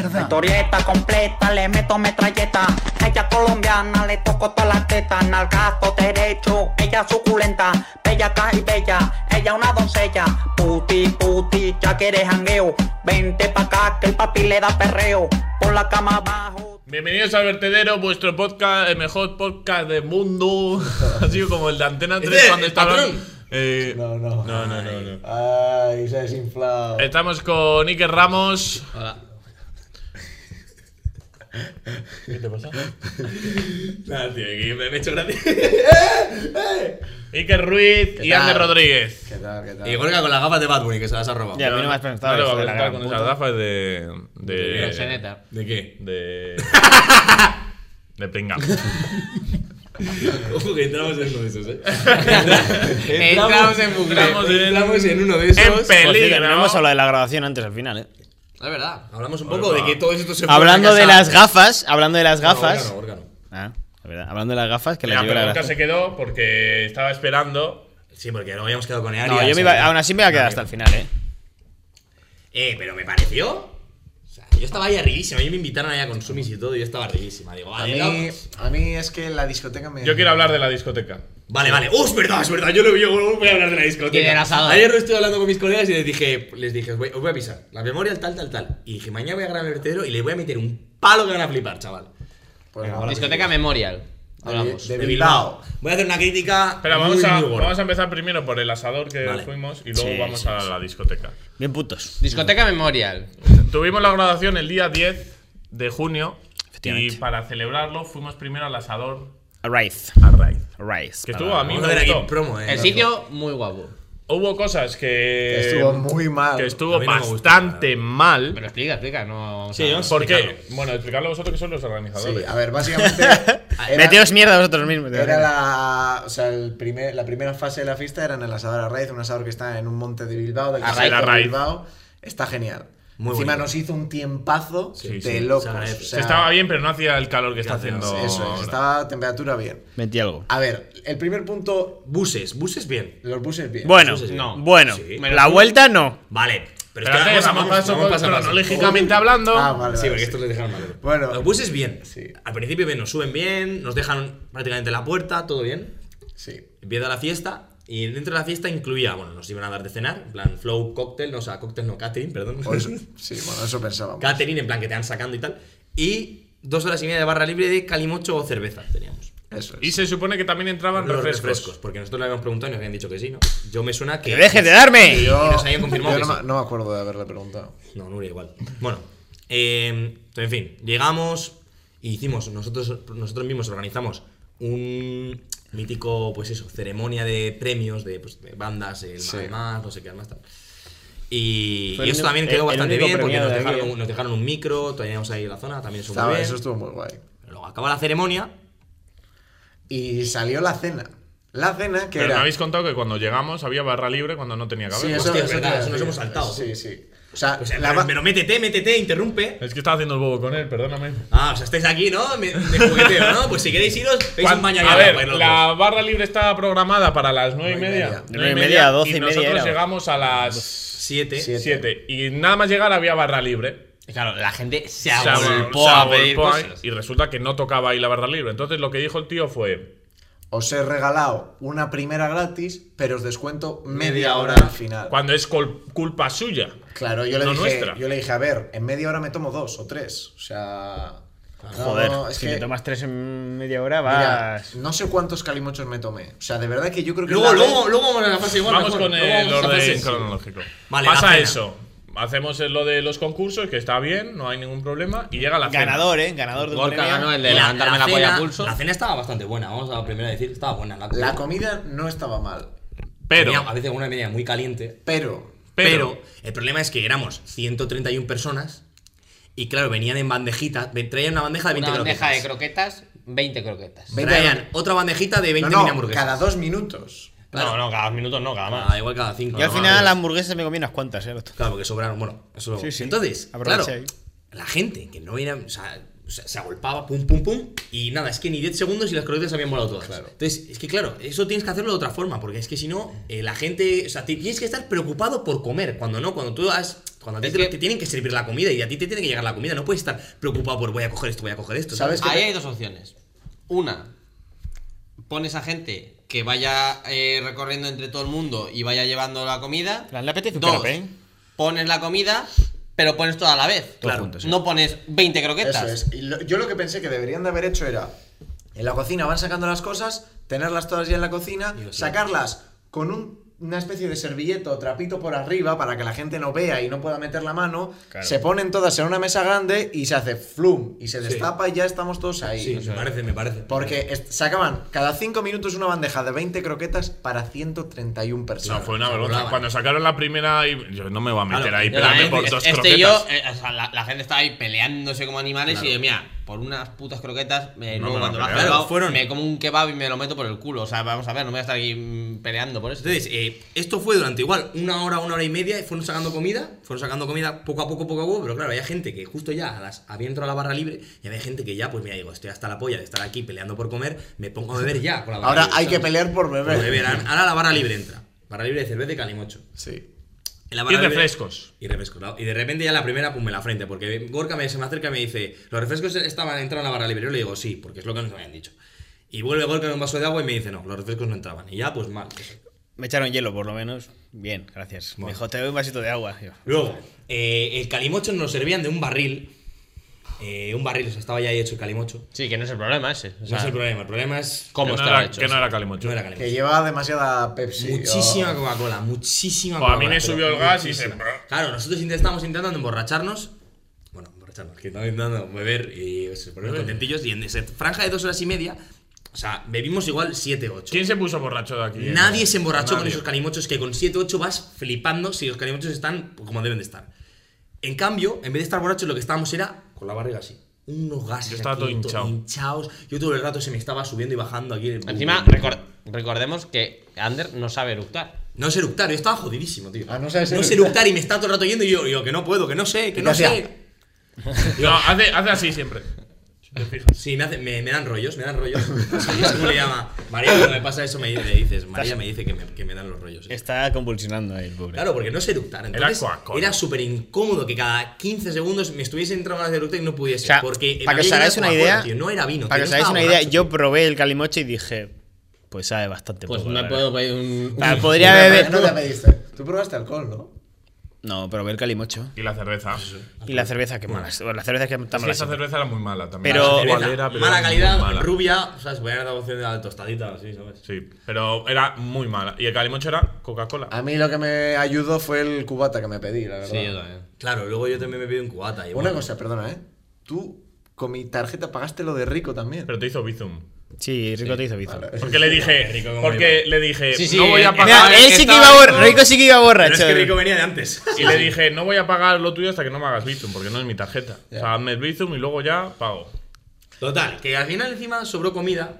Fuerza. Historieta completa, le meto metralleta. Ella colombiana, le toco todas las tetas. Nalgazo derecho, ella suculenta. Bella caja y bella, ella una doncella. Puti, puti, ya que eres jangueo. Vente pa' acá que el papi le da perreo. Por la cama abajo. Bienvenidos al vertedero, vuestro podcast, el mejor podcast del mundo. Así como el de Antena 3 Este, cuando el está patrón. hablando- Eh, No, no. no, no, no, no. Ay, se ha desinflado. Estamos con Iker Ramos. Hola. ¿Qué te pasa? Nada, tío, que me, me he hecho gracia. Iker Ruiz y tal? Ander Rodríguez. ¿Qué tal, qué tal? Y Gorka con las gafas de Bad Bunny, que se las ha robado. Eh, Ya, a mí no me has preguntado. No le eso voy a de la preguntar gran con esas puta. gafas de. de. de. Proxeneta. ¿De qué? de pringa. Ojo que entramos en uno de esos, eh. Entramos en bucle. Entramos en, entramos en uno de esos. en pe- Por cierto, que Peligro. no hemos hablado de la grabación antes al final, eh. La verdad, hablamos un poco de que todo esto se fue Hablando a de casa. las gafas, hablando de las No, Gorka gafas. no, Gorka no. Ah, la verdad. Hablando de las gafas, que las La llevo la pregunta gracia. se quedó porque estaba esperando. Sí, porque no habíamos quedado con Arias. No, yo me iba, aún así me iba a quedar hasta el final, eh. Eh, pero me pareció. O sea, yo estaba ahí arribísima. A mí me invitaron allá con Sumis y todo. Y yo estaba arribísima. Digo, A Eh, vale, mí, no. a mí es que la discoteca me. Yo quiero hablar de la discoteca. Vale, vale. ¡Oh, es verdad, es verdad! Yo, lo, yo voy a hablar de la discoteca. Y del asado. Ayer lo estuve hablando con mis colegas y les dije, les dije os, voy, os voy a pisar. La memoria, tal, tal, tal. Y dije, mañana voy a grabar el vertedero y le voy a meter un palo que van a flipar, chaval. Pues nada, Discoteca Memorial. de- Hablamos. De, Bilbao. Voy a hacer una crítica. Pero muy, vamos a, muy gorda. vamos a empezar primero por el asador que Vale. fuimos y luego Sí, vamos sí, a la discoteca. Bien putos. Discoteca Memorial. Tuvimos la graduación el día 10 de junio y Efectivamente. para celebrarlo fuimos primero al asador Arrive. Arraiz. Arrive. Que para- estuvo a mí Vamos a me hacer aquí gustó. promo, eh. El sitio muy guapo. Hubo cosas que Estuvo muy mal. que estuvo A mí no me gustó, bastante mal. Pero explica, explica, no vamos Sí, a... vamos a ¿Por qué? explicarlo. Bueno, explicarlo vosotros que son los organizadores. Sí, a ver, básicamente. era- Meteos mierda vosotros mismos. Era la, o sea, el primer, la primera fase de la fiesta era en el asador Arraiz, un asador que está en un monte de Bilbao, del Arraiz. casco de Arraiz. Bilbao. Está genial. Muy Encima bonito. nos hizo un tiempazo Sí, de sí, locos. se agradece. o Se sea, estaba bien, pero no hacía el calor que está hace? haciendo. Eso, es, ahora. estaba a temperatura bien. Metí algo. A ver, el primer punto, Buses, buses bien. los buses bien. Bueno, sí, sí. no. Sí. bueno. Sí. La vuelta no. Vale. Pero Espérate, es que vamos a paso paso a paso. cronológicamente hablando. Ah, vale, Sí, vale, porque sí. estos les dejaron mal. Bueno. los buses bien. Sí. Al principio bien, nos suben bien, nos dejan prácticamente la puerta, todo bien. Sí. Empieza la fiesta y dentro de la fiesta incluía, bueno, nos iban a dar de cenar, en plan flow cocktail, no, o sea, cóctel no, catering, perdón. O eso- sí, bueno, eso pensábamos. catering, en plan que te van sacando y tal. Y dos horas y media de barra libre de calimocho o cerveza teníamos. Eso es. Y se supone que también entraban Los refrescos. refrescos, porque nosotros le habíamos preguntado y nos habían dicho que sí, ¿no? Yo me suena que. ¡Que dejes de darme! Yo- y nos habían confirmado yo que no, sí. me- no me acuerdo de haberle preguntado. No, Nuria igual. Bueno, eh, en fin, llegamos y hicimos, nosotros, nosotros mismos organizamos un mítico, pues eso, ceremonia de premios, de, pues, de bandas, el Sí. más, no sé qué más tal. Y, Fue y el eso único- también quedó el- el bastante único bien porque premiado nos de dejaron, aquí, ¿eh? un- nos dejaron un micro, teníamos ahí la zona, también eso muy Estaba- bien. eso estuvo muy guay. Luego acaba la ceremonia. Y salió la cena. La cena que Pero me era. habéis contado que cuando llegamos había barra libre cuando no tenía que haber. Sí, pues. Hostia, es te verdad, iba a eso nos decir. hemos saltado. Pues, eh, Sí, sí. O sea, O sea, la pero, ba- pero métete, métete, interrumpe. Es que estaba haciendo el bobo con él, perdóname. Ah, o sea, estáis aquí, ¿no? Me, de jugueteo, ¿no? Pues si queréis iros, veis un Cuan- mañana. a ver, la barra libre estaba programada para las 9 y Nueve y media. media. Nueve pues- Nueve y media, doce y media nosotros era. llegamos a las 7. Siete. 7. Y nada más llegar había barra libre. Claro, la gente se Se pues, agolpó agol- a se pedir agolpó ahí, cosas. Y resulta que no tocaba ahí la barra libre. Entonces lo que dijo el tío fue. Os he regalado una primera gratis, pero os descuento media, Media hora hora. al final. Cuando es col- culpa suya. Claro, yo le, No dije, nuestra. yo le dije, a ver, en media hora me tomo dos o tres. O Ah, sea. no, Joder, no, es si que, te tomas tres en media hora, mira, vas. no sé cuántos calimochos me tomé. O sea, de verdad que yo creo que. Luego, la- luego, luego vamos a la fase igual. Vamos mejor. con Luego el vamos a orden fases. cronológico. Vale, la Pasa cena. eso. Hacemos lo de los concursos, que está bien, no hay ningún problema. Y llega la cena. Ganador, eh. Ganador de un Gorka premio. ganó el de levantarme la, polla cena- a pulso. La cena estaba bastante buena, vamos a primero decir, estaba buena. La, La comida no estaba mal, Pero. Tenía a veces una media muy caliente. pero. Pero, Pero- el problema es que éramos 131 personas y claro, venían en bandejitas, ve- traían una bandeja de 20 Una bandeja de croquetas. croquetas, 20 croquetas. Ve- Traían otra bandejita de 20 no, mini no, hamburguesas. cada dos minutos. Claro. No, no, cada dos minutos no, cada más. Ah, igual cada 5. Yo al final las hamburguesas me comí unas cuantas, eh. Claro, porque sobraron, bueno, eso luego. Sí, sí. Entonces, Aproveché claro, ahí. la gente que no era, o sea, se, se agolpaba, pum, pum, pum, y nada, es que ni 10 segundos y las croquetas habían volado todas. Entonces, es que claro, eso tienes que hacerlo de otra forma, porque es que si no, eh, la gente, o sea, ti- tienes que estar preocupado por comer, cuando no, cuando tú has, Cuando a ti Es te, que- te tienen que servir la comida y a ti te tiene que llegar la comida, no puedes estar preocupado por voy a coger esto, voy a coger esto. ¿Sabes ¿Sabes? que- Ahí hay dos opciones. Una, pones a gente que vaya eh, recorriendo entre todo el mundo y vaya llevando la comida. plan, le apetece un Dos, canapé. pones la comida, pero pones toda a la vez. Todo junto, sí. No pones 20 croquetas. Eso es. Y lo- yo lo que pensé que deberían de haber hecho era, en la cocina van sacando las cosas, tenerlas todas ya en la cocina, Digo, sí. sacarlas con un- una especie de servilleto o trapito por arriba para que la gente no vea y no pueda meter la mano, Claro. se ponen todas en una mesa grande y se hace flum y se destapa y ya estamos todos ahí. Ah, Sí, me parece, me parece. Porque es- sacaban cada 5 minutos una bandeja de 20 croquetas para 131 No, personas. fue una se vergüenza. volaban. Cuando sacaron la primera, y- yo no me voy a meter Claro, ahí, yo La pelarme gente- por dos este croquetas. y yo, eh, o sea, la, la gente estaba ahí peleándose como animales y yo, mira, por unas putas croquetas, eh, No luego me cuando van a las pelear. pegado, Fueron- me como un kebab y me lo meto por el culo. O sea, vamos a ver, no me voy a estar aquí mm, peleando por eso. Entonces, eh, esto fue durante igual una hora, una hora y media, y fueron sacando comida, fueron sacando comida poco a poco, poco a poco, pero claro, había gente que justo ya a las, había entrado a la barra libre y había gente que ya, pues mira, digo, estoy hasta la polla de estar aquí peleando por comer, me pongo a beber ya con la barra Ahora libre, hay que ¿sabes? pelear por Por beber. beber. Ahora la barra libre entra. Barra libre de cerveza y calimocho. Sí. En Y la barra libre- refrescos. Y refrescos. claro. Y de repente ya la primera, pum, me la frente. Porque Gorka me, se me acerca y me dice: ¿Los refrescos e-, estaban entrando en la barra libre? Yo le digo: Sí, porque es lo que nos habían dicho. Y vuelve Gorka en un vaso de agua y me dice: No, los refrescos no entraban. Y ya, pues mal. Me echaron hielo, por lo menos. Bien, gracias. Me dijo, te doy un vasito de agua. Yo, Luego, eh, el calimocho nos lo servían de un barril. Eh, un barril, o sea, estaba ya ahí hecho el calimocho. Sí, que no es el problema ese. O no sea, es el problema, el problema es. ¿Cómo Que no estaba era- hecho? Que no O sea, era calimocho. No era Que calimocho. lleva demasiada Pepsi. o- Muchísima Coca-Cola, muchísima oh. Pues a Coca-Cola. mí me pero subió el gas y se- muchísima. Claro, nosotros inte- estábamos intentando emborracharnos. Bueno, emborracharnos, que estábamos intentando beber y se poner contentillos. Y en esa franja de dos horas y media, o sea, bebimos igual 7, 8. ¿Quién se puso borracho de aquí? Nadie se emborrachó con Nadie. esos calimochos que con 7, 8 vas flipando si los calimochos están como deben de estar. En cambio, en vez de estar borrachos, lo que estábamos era con la barriga así. Unos gases Yo estaba aquí, todo to- hinchado. hinchados. Yo todo el rato se me estaba subiendo y bajando aquí. el- Encima, recor- recordemos que Ander no sabe eructar. No sé eructar, yo estaba jodidísimo, tío. Ah, no sabes no sé eructar eructar. y me está todo el rato yendo y yo, yo que no puedo, que no sé, que ¿Y no qué sé. hacía? No, hace, hace así siempre. ¿Te fijas? Sí, me, hace- me, me dan rollos, me dan rollos. Sí, es como le llama. María, cuando me pasa eso, me, me dices, María me dice que me, que me dan los rollos. Está convulsionando ahí el pobre. Claro, porque no sé eructar. Entonces, Coca-Cola. era súper incómodo que cada 15 segundos me estuviese entrando ganas de eructar y no pudiese. O sea, porque me para que os había hagáis llegado una Coca-Cola, idea- tío, no era vino. Para tío, que os no hagáis estaba una idea, borracho. yo probé el calimocho y dije, pues Ah, sabe bastante Pues poco, me la puedo verdad". pedir un. O sea, un- podría Ya beber. No te pediste. Tú probaste alcohol, ¿no? No, probé el calimocho. Y la cerveza. Y la cerveza, que malas. Bueno, la cerveza que está Es que mala. esa siempre. cerveza era muy mala también. Pero- No sé Cerveza, cuál era, pero mala era muy calidad, mala. rubia, o sea, se podía dar la opción de la tostadita, así, ¿sabes? Sí, pero era muy mala. Y el calimocho era Coca-Cola. A mí lo que me ayudó fue el cubata que me pedí, la verdad. Sí, yo también. Claro, luego yo también me pido un cubata. Y Una bueno, cosa, perdona, ¿eh? Tú con mi tarjeta pagaste lo de rico también. Pero te hizo Bizum. Sí, Rico te hizo bizo. Porque le dije. Rico como porque le dije. Sí, sí, no voy eh, a eh, pagar. Mira, él sí que iba borracho. Rico sí que iba Pero es borracho. que Rico venía de antes. Y le dije, no voy a pagar lo tuyo hasta que no me hagas Bizum, porque no es mi tarjeta. O sea, hazme el Bizum y luego ya pago. Total, que al final encima sobró comida.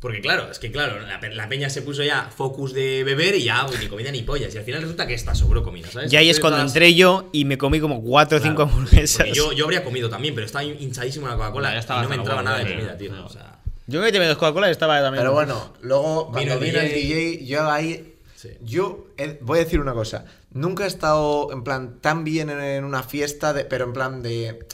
Porque claro, es que claro, la, pe- la peña se puso ya focus de beber y ya pues, ni comida ni pollas. Y al final resulta que esta sobró comida, ¿sabes? Y ahí es Entonces, cuando todas- entré yo y me comí como 4 o 5 Claro, hamburguesas. porque Yo, yo habría comido también, pero estaba hinchadísimo la Ya Coca-Cola estaba y no me hasta entraba la nada de hueva, comida, eh. tío. No. O sea, Yo me tomé dos Coca-Cola y estaba también. Pero bueno, luego cuando Vino vino el DJ. DJ, yo ahí. Sí. Yo he- voy a decir una cosa. Nunca he estado en plan tan bien en- en una fiesta, de- pero en plan de.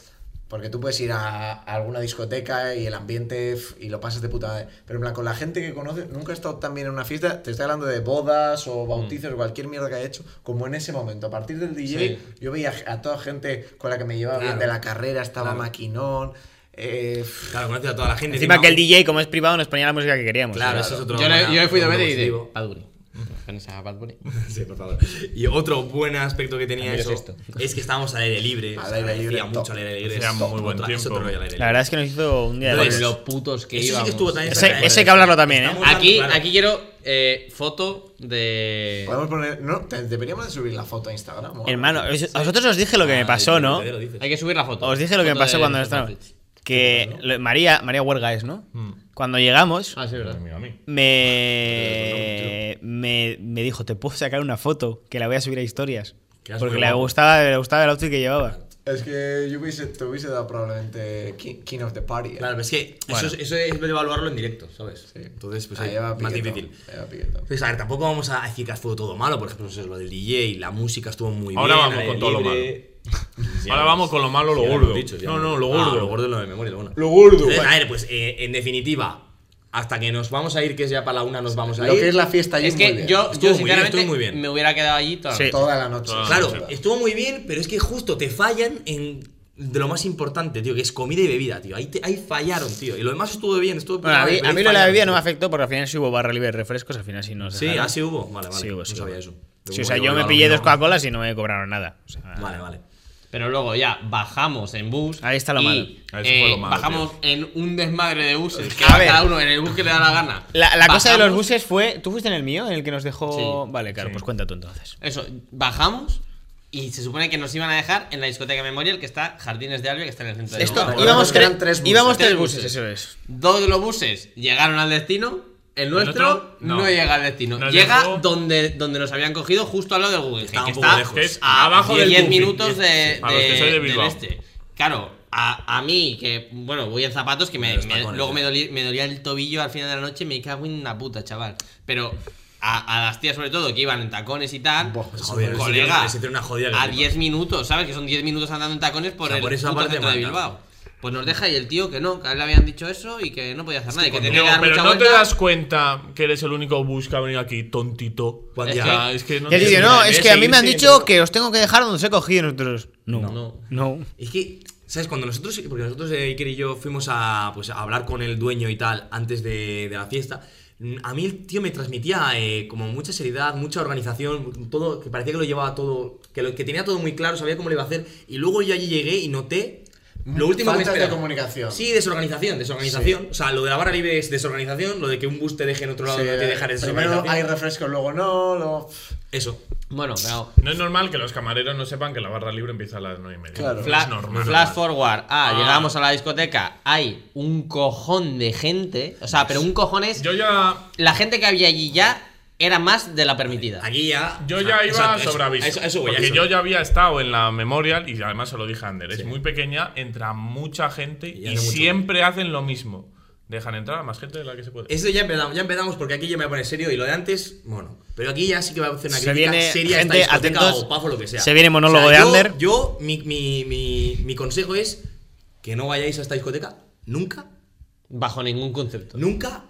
Porque tú puedes ir a, a alguna discoteca y el ambiente f- y lo pasas de puta madre. Pero en plan, con la gente que conoces, nunca he estado tan bien en una fiesta. Te estoy hablando de bodas o Mm. bautizos o cualquier mierda que haya hecho, como en ese momento. A partir del DJ, yo veía a toda gente con la que me llevaba bien Claro. de la carrera, estaba Claro. maquinón. eh, f- claro, conoces a toda la gente. Encima que el DJ, como es privado, nos ponía la música que queríamos. Claro, eso es otro. Yo le, buena- yo le fui de otro verde y de. positivo. Bad Bunny. ¿Conoces a Bad Bunny? Sí, por favor. Y otro buen aspecto que tenía Mira eso esto. es que estábamos al aire libre. Al o sea, aire libre, Hacía mucho top. al aire libre. Hacía es muy otro- buen es tiempo. otro rollo al aire La libre. verdad es que nos hizo un día de Entonces, Con locos. lo putos que Eso sí que íbamos. estuvo también Ese, Claro, ese hay que hablarlo también, ¿eh? Estamos- Aquí, Claro. aquí quiero eh, foto Eh, de. Podemos poner. No, te- deberíamos de subir la foto a Instagram. o algo. Hermano, os- a vosotros os dije lo que me pasó, Ay, ¿no? te lo Ah, dices. Hay que subir la foto. Os dije lo que me Foto pasó de- cuando de estábamos. Francis. Que lo- María, María Huerga es, ¿no? Cuando llegamos, Ah, sí, verdad. Amigo, Mm. a mí. me, me, me dijo, te puedo sacar una foto, que la voy a subir a historias. Quedas Porque muy le guapo. gustaba, le gustaba el outfit que llevaba. Es que yo hubiese, te hubiese dado probablemente King, King of the Party. ¿eh? Claro, pero es que Bueno. eso, es, eso es evaluarlo en directo, ¿sabes? Sí. Entonces, pues Ahí es va más Piquetón, difícil. ahí va Piquetón. Pues a ver, tampoco vamos a decir que fue todo malo, por ejemplo, no sé, lo del DJ, la música estuvo muy Ahora bien. vamos al aire con todo lo libre. Ya Ahora lo- vamos con lo malo, lo ya gordo. hemos dicho, ya No, hemos- no, lo Ah, gordo. lo gordo es lo de memoria, lo bueno. Lo gordo. Entonces, a ver, pues eh, en definitiva, hasta que nos vamos a ir, que es ya para la una, nos vamos a ir. Lo que es la fiesta allí Es muy que bien. yo, Estuvo muy yo bien, sinceramente estuvo muy bien. me hubiera quedado allí toda la Sí. noche. Toda la noche. Toda la Ah, Claro, Claro. estuvo muy bien, pero es que justo te fallan en de lo más importante, tío, que es comida y bebida, tío. Ahí, te- ahí fallaron, tío. Y lo demás estuvo bien, estuvo Bueno, a bien, mí, pero a ahí mí lo de la fallaron, bebida no me tío. afectó porque al final sí hubo barra libre de refrescos, al final sí nos Sí, dejaron. así hubo. Vale, vale. Sí hubo, no sí sabía hubo. eso. Sí, o sea, Hubo- yo me hubo- pillé hubo- dos Coca-Colas y no me cobraron nada. O sea, Vale, vale. Pero luego ya bajamos en bus. Ahí está lo y, malo. Ahí se fue eh, lo malo, Bajamos en un desmadre de buses. Que A va ver. cada uno en el bus que le da la gana. La, la cosa de los Bajamos- buses fue. ¿Tú fuiste en el mío? En el que nos dejó. Sí. vale, claro, pues cuenta tú entonces. Eso, bajamos y se supone que nos iban a dejar en la discoteca Memorial que está Jardines de Albia, que está en el centro de Esto, Bilbao. Bueno, íbamos, tres, eran tres buses. íbamos Tres tres buses, buses. eso es. Dos de los buses llegaron al destino. El nuestro, nuestro? no. No. llega al destino. Nos llega dejó- donde, donde nos habían cogido, justo al lado del Guggenheim. Está Que un poco está lejos. Que es a abajo del 10 Puffin. minutos de, A los que de- soy de del Bilbao. este. Claro, a, a mí, que bueno, voy en zapatos, que me, Pero está me- con luego eso. me, dolí- me dolía el tobillo al final de la noche, me cago en la puta, chaval. Pero a, a las tías, sobre todo, que iban en tacones y tal, Buah, joder, colega, les hicieron una jodida que a flipas. 10 minutos, ¿sabes? Que son 10 minutos andando en tacones por O sea, el por esa puto parte centro de matan. Bilbao. Pues nos deja y el tío que no, que a él le habían dicho eso y que no podía hacer nada, y que tenía Digo, que dar pero mucha no vuelta. te das cuenta que eres el único bus que ha venido aquí, tontito. Cuando O ya- sea, es que no Y él te- dice, no, en es vez que de a mí me han irse, dicho no. que os tengo que dejar donde os he cogido y nosotros. No. No. No. Es que, ¿sabes? Cuando nosotros, porque nosotros, eh, Iker y yo, fuimos a, pues, a hablar con el dueño y tal antes de, de la fiesta, mm, a mí el tío me transmitía eh, como mucha seriedad, mucha organización, todo, que parecía que lo llevaba todo, que, lo, que tenía todo muy claro, sabía cómo lo iba a hacer, y luego yo allí llegué y noté lo último que Mm, Faltas me de esperaba. comunicación. Sí, desorganización, desorganización. O sea, lo de la barra libre es desorganización, lo de que un bus te deje en otro lado Sí, eh, no te dejar es primero desorganización. hay refrescos, luego no. luego- Eso. Bueno, pero No es normal que los camareros no sepan que la barra libre empieza a las 9 y media. Claro. Es Fla- normal. flash forward. Ah, llegamos a la discoteca. Hay un cojón de gente. O sea, pero un cojón es. Yo ya La gente que había allí ya era más de la permitida. Aquí ya. Yo o ya sea, iba exacto, eso- sobre aviso. a Eso, a eso voy, a porque eso. yo ya había estado en la Memorial y además se lo dije a Ander. Es muy pequeña, entra mucha gente Y y, ya no mucho. siempre hacen lo mismo. Dejan entrar a más gente de la que se puede. Eso ya empezamos, ya empezamos porque aquí ya me voy a poner serio y lo de antes, bueno. Pero aquí ya sí que va a hacer una Se crítica viene seria a esta gente, discoteca atentos, o pafo, lo que sea. se viene monólogo de yo- Ander. Yo, mi, mi, mi, mi consejo es que no vayáis a esta discoteca nunca, Bajo ningún concepto. nunca,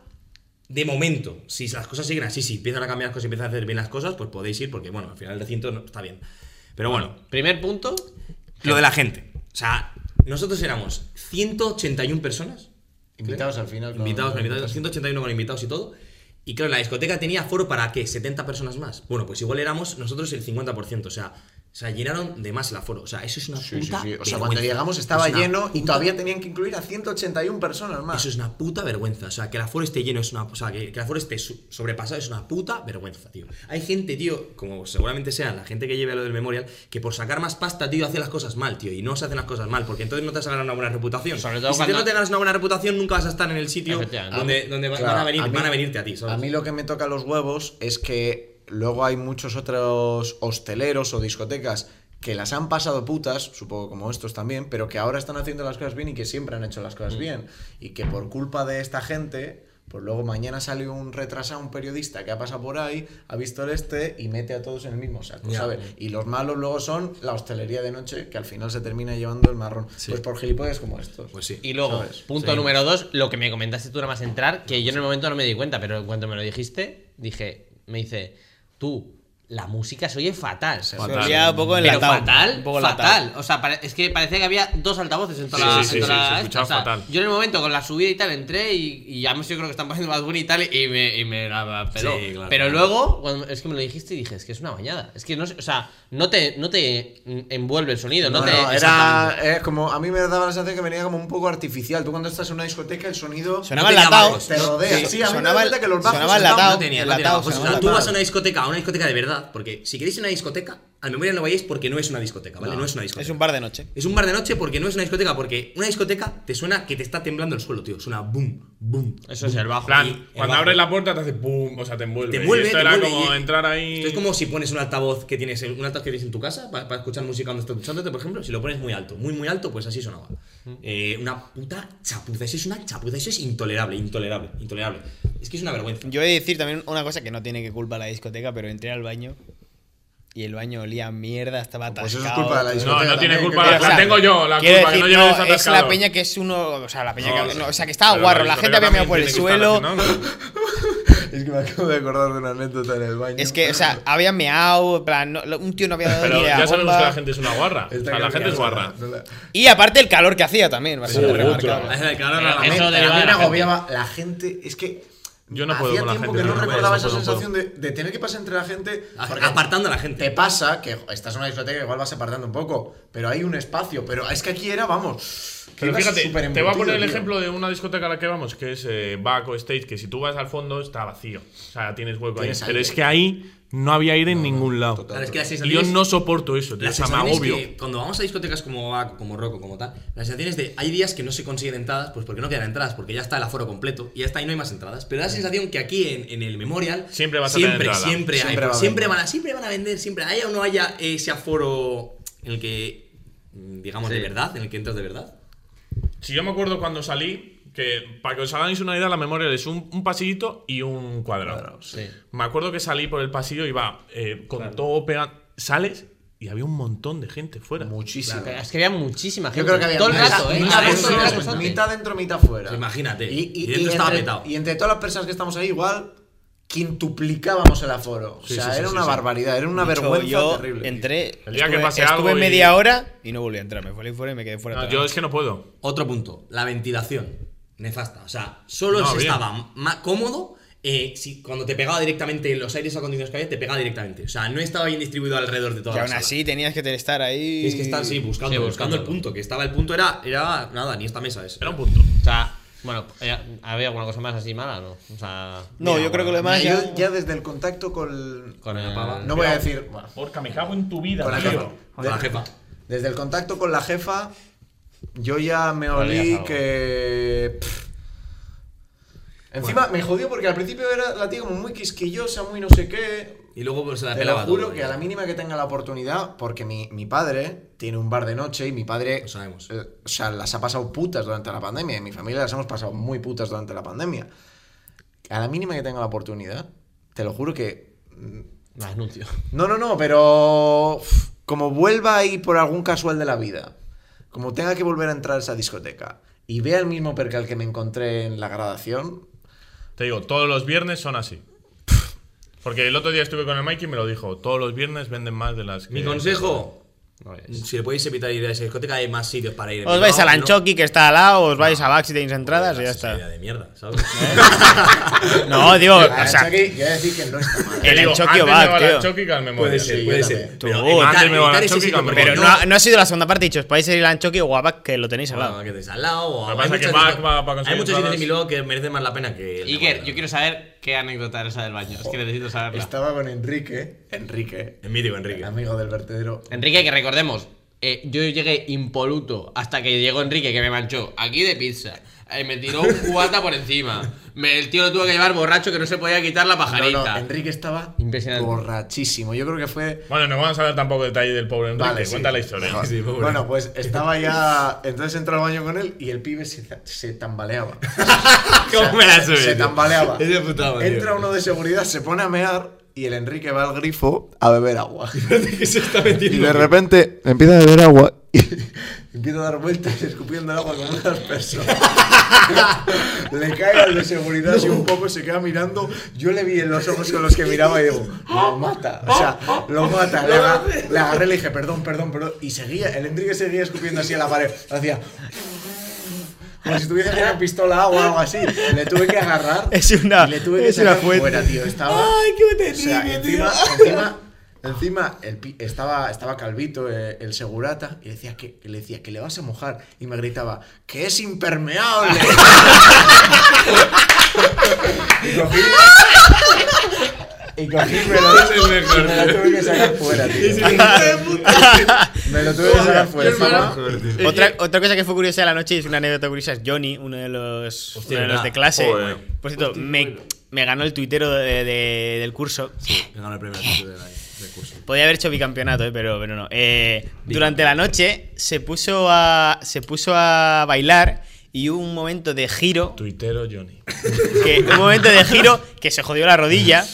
de momento. Si las cosas siguen así, si empiezan a cambiar las cosas y empiezan a hacer bien las cosas, pues podéis ir porque, bueno, al final el recinto no, está bien. Pero bueno, Primer punto. lo de la gente. O sea, nosotros éramos 181 personas. Invitados al final. con- Invitados, con invitados, 181 con invitados y todo. Y claro, la discoteca tenía foro para qué? 70 personas más. Bueno, pues igual éramos nosotros el 50%, o sea, se llenaron de más el aforo. O sea, eso es una Sí, sí, puta sí. O sea, vergüenza. cuando llegamos estaba Es una lleno y puta- todavía tenían que incluir a 181 personas más. Eso es una puta vergüenza. O sea, que el aforo esté lleno es una. O sea, que, que el aforo esté su- sobrepasado es una puta vergüenza, tío. Hay gente, tío, como seguramente sea la gente que lleve a lo del memorial, que por sacar más pasta, tío, hace las cosas mal, tío. Y no se hacen las cosas mal, porque entonces no te has ganado una buena reputación. Sobre todo y si cuando- tú no te ganas una buena reputación, nunca vas a estar en el sitio Efectivamente. donde, donde va- Claro, van, a venir, a mí- van a venirte a ti, ¿sabes? A mí lo que me toca los huevos es que luego hay muchos otros hosteleros o discotecas que las han pasado putas, supongo como estos también, pero que ahora están haciendo las cosas bien y que siempre han hecho las cosas Mm. bien. Y que por culpa de esta gente, pues luego mañana sale un retrasado, un periodista que ha pasado por ahí, ha visto el este y mete a todos en el mismo saco, Ya. ¿sabes? Y los malos luego son la hostelería de noche que al final se termina llevando el marrón. Pues por gilipollas como estos. Pues sí. Y luego, ¿Sabes? punto número dos, lo que me comentaste tú nada más entrar, que yo en el momento no me di cuenta, pero en cuanto me lo dijiste, dije, me dice, tú, la música se oye fatal. Fatal. Ya un poco Pero enlatado. fatal, un poco enlatado. fatal. O sea, pare- es que parecía que había dos altavoces en toda Sí, la. sí, sí, en toda sí, la- se escuchaba o sea, fatal. Yo en el momento con la subida y tal entré y, y ya me yo creo que están poniendo Bad Bunny y tal y me, y me la peló. Sí, claro. Pero luego, cuando- es que me lo dijiste y dije, es que es una bañada. Es que no, sé- o sea, no te, no te envuelve el sonido, no, No, te. no, era Exactamente. eh, como a mí me daba la sensación que venía como un poco artificial. Tú cuando estás en una discoteca el sonido Sonaba te enlatado. llama, te rodea. Sí, Sí, a mí me da sonaba- cuenta que los bajos sonaba estaban- enlatado. No tenía, no Enlatado, tenía. Pues, sonaba claro, tú enlatado. vas a una discoteca, a una discoteca de verdad, porque si queréis una discoteca, al memoria no vayáis porque no es una discoteca, ¿vale? No, es una discoteca. Es un bar de noche. Es un bar de noche porque no es una discoteca, porque una discoteca te suena que te está temblando el suelo, tío. Suena boom, boom. Eso es el bajo. plan, y el cuando bajo. abres la puerta te hace pum, o sea, te envuelve. Te Y envuelve, esto te era envuelve como y- entrar ahí. Esto es como si pones un altavoz que tienes, un altavoz que tienes en tu casa para, escuchar música cuando estás duchándote, por ejemplo. Si lo pones muy alto, muy muy alto, pues así sonaba. Eh, una puta chapuza. Eso es una chapuza. Eso es intolerable, intolerable, intolerable. Eh, Es que es una vergüenza. Yo he de decir también una cosa que no tiene que culpa la discoteca, pero entré al baño Y el baño olía a mierda, estaba atascado. Pues eso es culpa de la discoteca. No, no tiene también, culpa, que- la- O sea, tengo yo, la quiero culpa, que decir, no lleguéis es atascados. la peña que es uno. O sea, la peña No, que. sí. no, o sea, que estaba Pero guarro. La gente discoteca había también meado por el tiene que estar suelo. haciendo algo. Es que me acabo de acordar de una anécdota en el baño. Es que, o sea, había meado. en plan, no- un tío no había dado Pero ni la ya sabemos bomba. que la gente es una guarra. O Esta sea, la que- gente es guarra. No la- Y aparte el calor que hacía también. bastante Sí, remarcable. otro. Es el calor a la Eso Pero mente. deriva a de mí me la gente. agobiaba la gente. Es que. Yo no hacía puedo con la tiempo gente, que no no puedo, recordaba no esa puedo, no sensación de, de tener que pasar entre la gente. porque Apartando a la Te gente. pasa que jo, estás en una discoteca y igual vas apartando un poco, pero hay un espacio. Pero es que aquí era, vamos. que Pero ibas fíjate, te voy a superembutido, poner el tío. ejemplo de una discoteca a la que vamos, que es eh, Baco Stage, que si tú vas al fondo está vacío. O sea, tienes hueco ahí. Tienes Pero aire. es que ahí no había aire en ningún lado. Claro, es que la Y sensación yo es- no soporto eso, tío. la O sea, me sensación es agobio. que cuando vamos a discotecas como Baco, como Rocco, como tal, la sensación es de hay días que no se consiguen entradas, pues porque no quedan entradas, porque ya está el aforo completo y ya está y no hay más entradas. Pero da la sensación que aquí en, en el Memorial Mm. Siempre vas a tener siempre, entrada. siempre, hay, Siempre va a siempre haber. van a, siempre van a vender, siempre haya o no haya ese aforo en el que mm, digamos de Sí. verdad, en el que entras de verdad. Si yo me acuerdo cuando salí, que para que os hagáis una idea, la memoria es un, un pasillito y un cuadrado. Sí. Me acuerdo que salí por el pasillo y va eh, con todo pegado. Sales y había un montón de gente fuera. Muchísimo. Pero Es que había muchísima gente. Yo creo que había todo el mitad- rato, ¿eh? mitad Había dentro, todo el mitad rato, fuera, gente. mitad dentro, mitad fuera. Imagínate, Y, y- y dentro y estaba entre, petado. y entre todas las personas que estamos ahí, igual quintuplicábamos el aforo. Sí, o sea, sí, sí, era sí, una sí. barbaridad, era una De hecho, vergüenza yo terrible. entré, El día que estuve, pase estuve algo y- media hora y no volví a entrar. Me fui fuera y me quedé fuera. No, toda la yo noche. es que no puedo. Otro punto, la ventilación. Nefasta. O sea, solo No, se bien. estaba más cómodo eh, si cuando te pegaba directamente en los aires acondicionados que había, te pegaba directamente. O sea, no estaba bien distribuido alrededor de toda Y la aún sala. así tenías que estar ahí. Tienes que estar, sí, buscando, buscando Sí, el buscándolo. punto. Que estaba el punto, era, era nada, ni esta mesa es. Era un punto. O sea, bueno, eh, ¿había alguna cosa más así mala no? O sea. No, yo creo que lo Mira, demás yo ya. ya desde el contacto con. Con el- la pava. No voy a decir. bueno, Porca, me cago en tu vida, con la tío. jefa. Con la jefa. Desde el contacto con la jefa, yo ya me Olías olí algo. que. pff. Encima me jodió porque al principio era la tía como muy quisquillosa, muy no sé qué. Y luego pues, se la Te lo pelaba juro todo, que a la ¿no? mínima que tenga la oportunidad, porque mi, mi padre tiene un bar de noche y mi padre. Lo sabemos. eh, o sea, las ha pasado putas durante la pandemia y mi familia las hemos pasado muy putas durante la pandemia. A la mínima que tenga la oportunidad, te lo juro que. mm, Me anuncio. No, no, no, pero. uf, Como vuelva ahí por algún casual de la vida, como tenga que volver a entrar a esa discoteca y vea el mismo percal que me encontré en la gradación, Te digo, todos los viernes son así. Porque el otro día estuve con el Mikey y me lo dijo. Todos los viernes venden más de las que... Mi consejo. No, es- Si le podéis evitar ir a esa discoteca, hay más sitios para ir. en Os Bilbao, vais a ¿no? Lanchoki, que está al lado, os vais a Bax si tenéis entradas y ya Esa idea está. de mierda, ¿sabes? No, digo, a o sea, Chucky, yo voy a decir que no está mal. Te el digo, Anchoqui antes me o va Bax, al tío. Anchoqui que al memoria. Puede ser, Sí, puede yo ser. también. Pero Tú, evitar, antes me van a evitar ese Lanchoki, sitio, campeón. porque Pero no, ha- no ha sido la segunda parte, he dicho, os podéis ir a Anchoqui o a Bax, que lo tenéis al Bueno, lado. que te sale al lado. o Lo que hay pasa es que muchas- Mac va- va a conseguir Hay muchos sitios entradas. de Miló que merecen más la pena que. el de Iker, Guadalajara. yo quiero saber qué anécdota era esa del baño. Es que necesito saberla. Estaba con Enrique, Enrique, En mítico, Enrique. amigo del vertedero. Enrique, que recordemos, eh, yo llegué impoluto hasta que llegó Enrique que me manchó aquí de pizza. Eh, me tiró un cubata por encima. Me- el tío lo tuvo que llevar borracho que no se podía quitar la No, no, pajarita. Enrique estaba Impresionante. borrachísimo. Yo creo que fue. Bueno, no vamos a hablar tampoco del detalle del pobre Enrique. Vale, sí. Cuenta la historia. Mejor. Sí, pobre. Bueno, pues estaba ya. Entonces entró al baño con él y el pibe se, se tambaleaba. ¿Cómo me la sube? se tambaleaba. Es de puta madre. Entra uno de seguridad, se pone a mear y el Enrique va al grifo a beber agua. ¿Qué se está metiendo? Y de repente empieza a beber agua y empieza a dar vueltas escupiendo el agua como unas personas. le cae al de seguridad así un poco, se queda mirando. Yo le vi en los ojos con los que miraba y digo, lo mata. O sea, lo mata. Le, aga- le agarré y le dije, perdón, perdón, perdón. Y seguía, el Enrique seguía escupiendo así a la pared. Hacía. Como si tuviese una pistola agua o algo así. Le tuve que agarrar. Es una- y le tuve que es una sacar fuente. fuera, tío. Estaba. Ay, qué O sea, terrible, tío. encima, encima, encima el pi- estaba, estaba calvito eh, el segurata y decía que, que le decía que le vas a mojar y me gritaba que es impermeable. y cogí y cogí y me lo, y me lo tuve que sacar fuera, tío. Me lo tuve que sacar fuera. encima. Otra, otra cosa que fue curiosa de la noche, y es una anécdota curiosa, es Johnny, uno de los, Hostia, uno de, los ¿verdad? de clase. Joder. Por cierto, me, me ganó el tuitero de- de- del curso. Ganó el premio de la- del curso. Podía haber hecho bicampeonato, eh, pero, pero no. Eh, durante la noche se puso, a, se puso a bailar y hubo un momento de giro. Tuitero Johnny. Que, un momento de giro que se jodió la rodilla.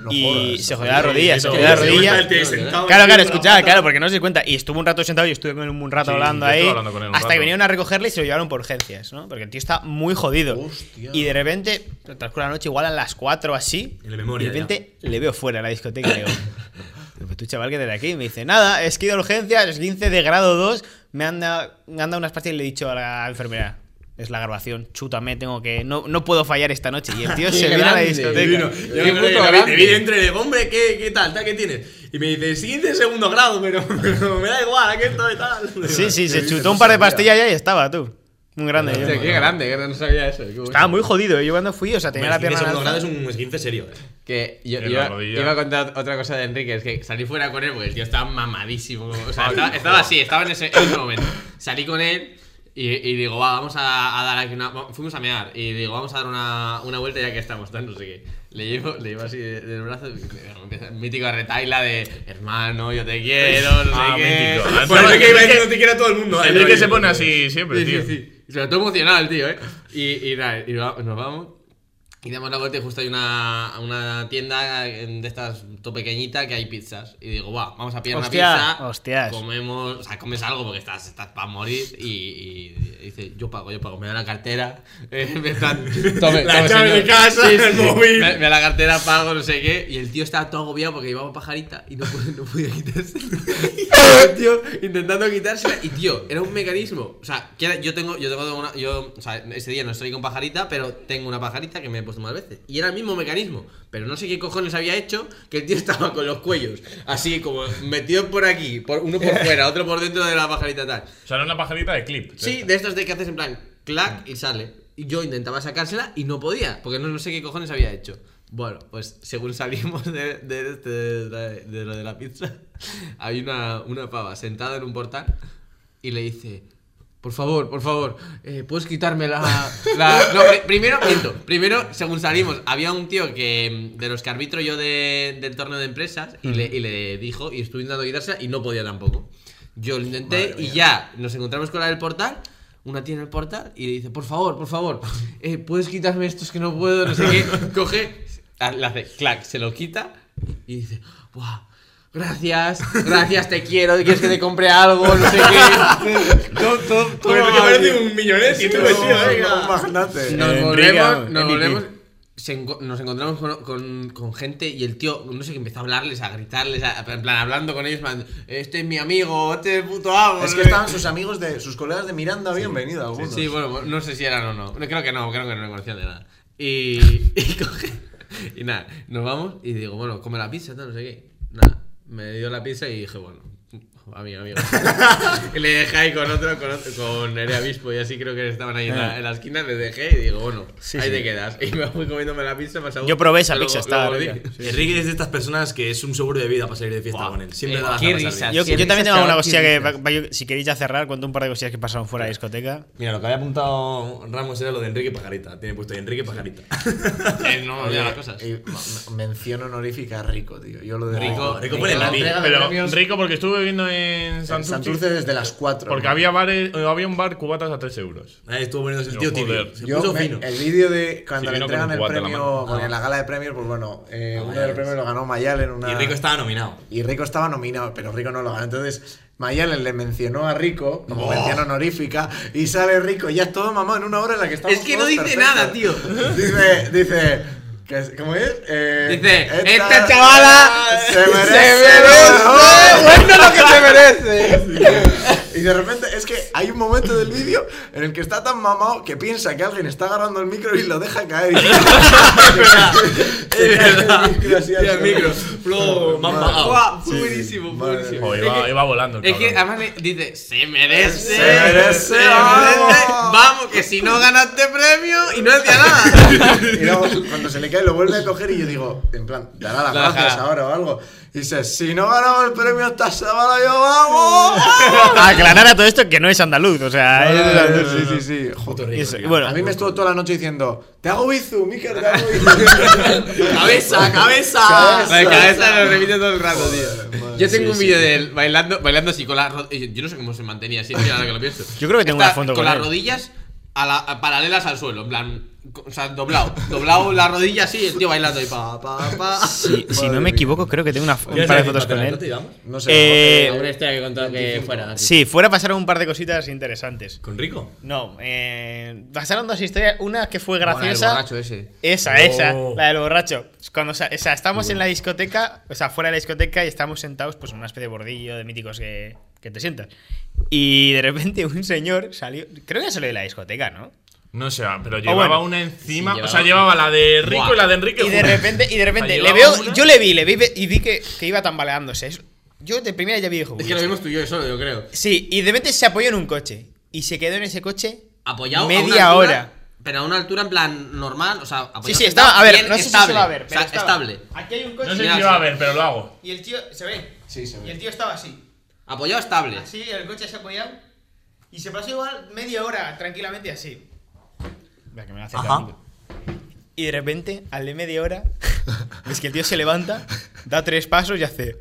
No y jodas. se jodió la rodilla, se Sí, jodió la sí, rodilla. sí, sí, Claro, claro, escuchaba, claro, porque no se cuenta. Y estuvo un rato sentado y estuve con él un rato Sí, hablando yo estuve ahí. hablando con él un hasta que rato. vinieron a recogerle y se lo llevaron por urgencias, ¿no? Porque el tío está muy jodido. Hostia. Y de repente, transcurre la noche, igual a las 4 o así. En la memoria, de repente le veo fuera a la discoteca y le digo. "Pero tú, chaval, que de aquí. Y me dice, nada, es que he ido a urgencias, 15 de grado 2. Me han dado, me han dado unas pastillas y le he dicho a la enfermera. Es la grabación, chútame, tengo que. No, no puedo fallar esta noche. Y el tío se Qué viene a la grande, discoteca. Divino. Qué Yo me acuerdo puto que la vi- te grande. vi dentro y le digo, hombre, ¿qué, qué tal, tal, qué tienes? Y me dice, siguiente segundo grado, pero, pero me da igual, aquí estoy tal. Sí, sí, se Sí, chutó no un par de sabía. pastillas ya y estaba, tú. Muy grande. yo. Hostia, qué grande, que no sabía eso. qué bueno. Estaba muy jodido. Yo cuando fui, o sea, tenía Hombre, la pierna. segundo en alza. grado es un esguince serio. eh. Que yo, En iba, la rodilla. iba a contar otra cosa de Enrique, es que salí fuera con él porque el tío estaba mamadísimo. O sea, estaba, estaba así, estaba en ese, en ese momento. Salí con él y, y digo, va, vamos a, a dar aquí una. va- Fuimos a mear y digo, vamos a dar una, una vuelta ya que estamos, tal, no sé qué. Le llevo, le llevo así de- del brazo, y empieza el mítico a retaila de hermano, yo te quiero, no sé Ah, qué. mítico. Bueno, Enrique- es que iba diciendo te quiere a todo el mundo. eh, Enrique pero- se pone así siempre, Sí, sí, tío. sí. Y Se notó emocionado el tío, ¿eh? Y, y nada, y va- nos vamos. Y damos la vuelta y justo hay una, una tienda en- de estas todo pequeñita que hay pizzas. Y digo, va, vamos a pillar Hostia, una pizza. hostias. Comemos, o sea, comes algo porque estás, estás para morir. Y, y dice, yo pago, yo pago. Me da la cartera. eh, me están, tome, La tome, llave de casa, el móvil. Me, me da la cartera, pago, no sé qué. Y el tío estaba todo agobiado porque llevaba pajarita y no podía, no podía quitarse. el tío intentando quitársela. Y tío, era un mecanismo. O sea, que era- yo tengo, yo tengo una. Yo, o sea, ese día no estoy con pajarita, pero tengo una pajarita que me he puesto más veces. Y era el mismo mecanismo. Pero no sé qué cojones había hecho que el tío estaba con los cuellos. Así como metidos por aquí, por uno por fuera, otro por dentro de la pajarita tal. O sea, era una pajarita de clip. Sí, de estos de que haces en plan, clac y sale. Y yo intentaba sacársela y no podía, porque no, no sé qué cojones había hecho. Bueno, pues según salimos de, de, este- de la- de lo de la pizza, hay una, una pava sentada en un portal y le dice, por favor, por favor, eh, ¿puedes quitarme la...? la-" No, pri- primero, miento, primero, según salimos, había un tío que mm, de los que arbitro yo de- del torneo de empresas y le, y le dijo y estuve intentando quitársela y no podía tampoco. Yo lo intenté y ya nos encontramos con la del portal. Una tiene el portal y le dice, por favor, por favor, eh, puedes quitarme estos que no puedo, no sé qué. Coge, la- le hace clac, se lo quita y dice, ¡buah! Gracias, gracias, te quiero, quieres que te compre algo, no sé qué. Todo- todo- todo Porque Enrique mal, tío. parece un millonario, tío, tío, eh. Un magnate. Nos Enrique, volvemos, nos MVP. volvemos. se enco- nos encontramos con, con- con gente y el tío, no sé qué, empezó a hablarles, a gritarles, a- en plan, hablando con ellos, en plan, este es mi amigo, este es el puto amo. Es no que sé- estaban sus amigos de sus colegas de Miranda, habían venido algunos. Sí, bueno, no sé si eran o no. Creo que no, creo que no me conocían de nada. Y, y coge. Y nada, nos vamos y digo, bueno, come la pizza, tal, no sé qué. Nada, me dio la pizza y dije, bueno, amigo, amigo. y le dejé ahí con otro, con, otro, con Nere Abispo y así creo que estaban ahí en la, en la esquina, le dejé y digo, bueno, Sí, ahí sí. te quedas. Y me fui comiéndome la pizza más aún. Yo probé esa Luego- pizza, estaba luego rica. di. Enrique es de estas personas que es un seguro de vida para salir de fiesta Buah, con él. Siempre eh, te vas a qué pasar bien. risas. Yo, Qué yo también risas, tengo una chaval, cosilla qué que, risas. va- va- si queréis ya cerrar, cuento un par de cosillas que pasaron fuera de la discoteca. Mira, lo que había apuntado Ramos era lo de Enrique Pajarita. Tiene puesto ahí Enrique Pajarita. Eh, no, ya las cosas. Y ma- mención honorífica a Rico, tío. Yo lo de Rico, Rico pone la vida. Pero rico porque estuve viviendo en En Santurce. Santurce desde las 4. Porque había, bares, eh, había un bar cubatas a 3 euros. Ahí estuvo poniéndose el Yo, tío tibio. joder. Se Yo puso me- fino. el vídeo de cuando Sí, le vino con entregan un el cubata en la premio, mano. porque en la gala de premios, pues bueno, eh, uno de Mayales. los premios lo ganó Mayal en una. Y Ah. Rico estaba nominado. Y Rico estaba nominado, pero Rico no lo ganó. Entonces, Mayal le mencionó a Rico como Oh. mención honorífica y sale Rico. Ya es todo mamado en una hora en la que estamos. Es que no todos dice perfectos. nada, tío. Dice, dice. que es- ¿Cómo es? Eh, Dice, esta chavala se merece. merece, bueno, lo que se merece. Y de repente es que hay un momento del vídeo en el que está tan mamado que piensa que alguien está agarrando el micro y lo deja caer. Se cae el micro así al Tira el suelo. micro. Flow, Madre. mamba out. Buah, fue Sí, buenísimo, fue madre buenísimo. O Es iba, que- iba volando. el Es que cabrón. además le dice, se merece. Se merece, vamos. vamos. que si no ganaste premio y no decía nada. Y luego, cuando se le cae, lo vuelve a coger y yo digo, en plan, dará las La gracias dejará. ahora o algo. Y dice, si no ganamos el premio esta semana, yo vamos. Aclarar a todo esto que no es andaluz, o sea. es- sí, sí, sí. Joder. es- bueno, A mí me estuvo toda la noche diciendo, te hago bizu, Miker, te hago bizu. ¡Cabeza, cabeza! Cabeza. La cabeza lo repite todo el rato, tío. Madre, Yo sí, tengo un vídeo de él bailando, bailando así con las rodillas. Yo no sé cómo se mantenía así, tío, ahora que lo pienso. Yo creo que tengo Está una foto con con las él. rodillas a la- a paralelas al suelo, en plan, o sea, doblado, doblado la rodilla así, el tío bailando y pa, pa, pa. Si, si no me equivoco, creo que tengo una, un par de fotos con él. No sé. Eh, Hombre, este que contó que fuera. así. sí, fuera pasaron un par de cositas interesantes. ¿Con Rico? No, eh, pasaron dos historias. Una que fue Bueno, el graciosa. borracho ese. Oh. Esa, esa, la del borracho. Cuando, sa- o sea, estamos en la discoteca, o sea, fuera de la discoteca y estamos sentados, pues en una especie de bordillo de míticos que, que te sientas. Y de repente un señor salió, creo que salió de la discoteca, ¿no? No sé, pero llevaba bueno. una encima. Sí, o sea, llevaba- llevaba la de Rico Buah. y la de Enrique. Y de juntas. repente, y de repente, le llevaba veo, una. yo le vi, le vi y vi que, que iba tambaleándose. Es- Yo de primera ya vi, dije, "Uy, Es que lo este". vimos tú y yo solo, yo creo. Sí, y de repente se apoyó en un coche. Y se quedó en ese coche Apoyado a una media altura, hora. Pero a una altura en plan normal, o sea, apoyado. Sí, sí, sentado, estaba, a ver, bien no sé si se estable, va a ver, o pero sea, estaba. estable. Aquí hay No un coche sé Mira, si iba a sí. ver, pero lo hago. y el tío, ¿se ve? Sí, se Y el ve. tío estaba así. Apoyado estable. Así, el coche se ha apoyado. Y se pasó igual media hora tranquilamente así. que me Y de repente, al de media hora, es que el tío se levanta, da tres pasos y hace.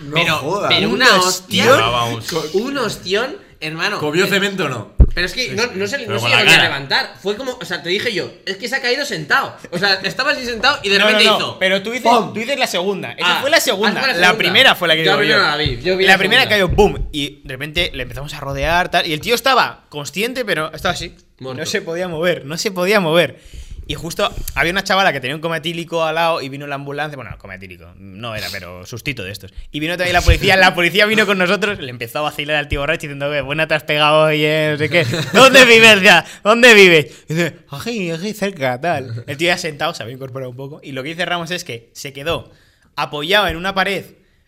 No pero, jodas. pero Un una hostión. hostión. Llevaba un- Un hostión, hermano. ¿Comió Pero- cemento o no? Pero es que no, no se, Pero no se con la llegó ni a cara. levantar. Fue como, o sea, te dije yo, es que se ha caído sentado. O sea, estaba así sentado y de No, no, repente no, hizo. pero tú dices, ¡pum! tú dices la segunda. Esa Ah, fue la ah, segunda. fue la la segunda. primera fue la que Yo la digo primera la vi, yo vi la la primera segunda. cayó, boom. Y de repente le empezamos a rodear, tal. Y el tío estaba consciente, pero estaba así. Muerto. No se podía mover, no se podía mover. Y justo había una chavala que tenía un cometílico al lado y vino la ambulancia. Bueno, cometílico, no era, pero sustito de estos. Y vino también la policía. La policía vino con nosotros, le empezó a vacilar al tío borracho diciendo que buena te has pegado hoy, eh, no sé qué. ¿Dónde vives ya? ¿Dónde vives? Y dice, "Aquí, aquí cerca, tal. El tío ya sentado, se había incorporado un poco. Y lo que dice Ramos es que se quedó apoyado en una pared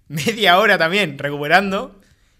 media hora también, recuperando.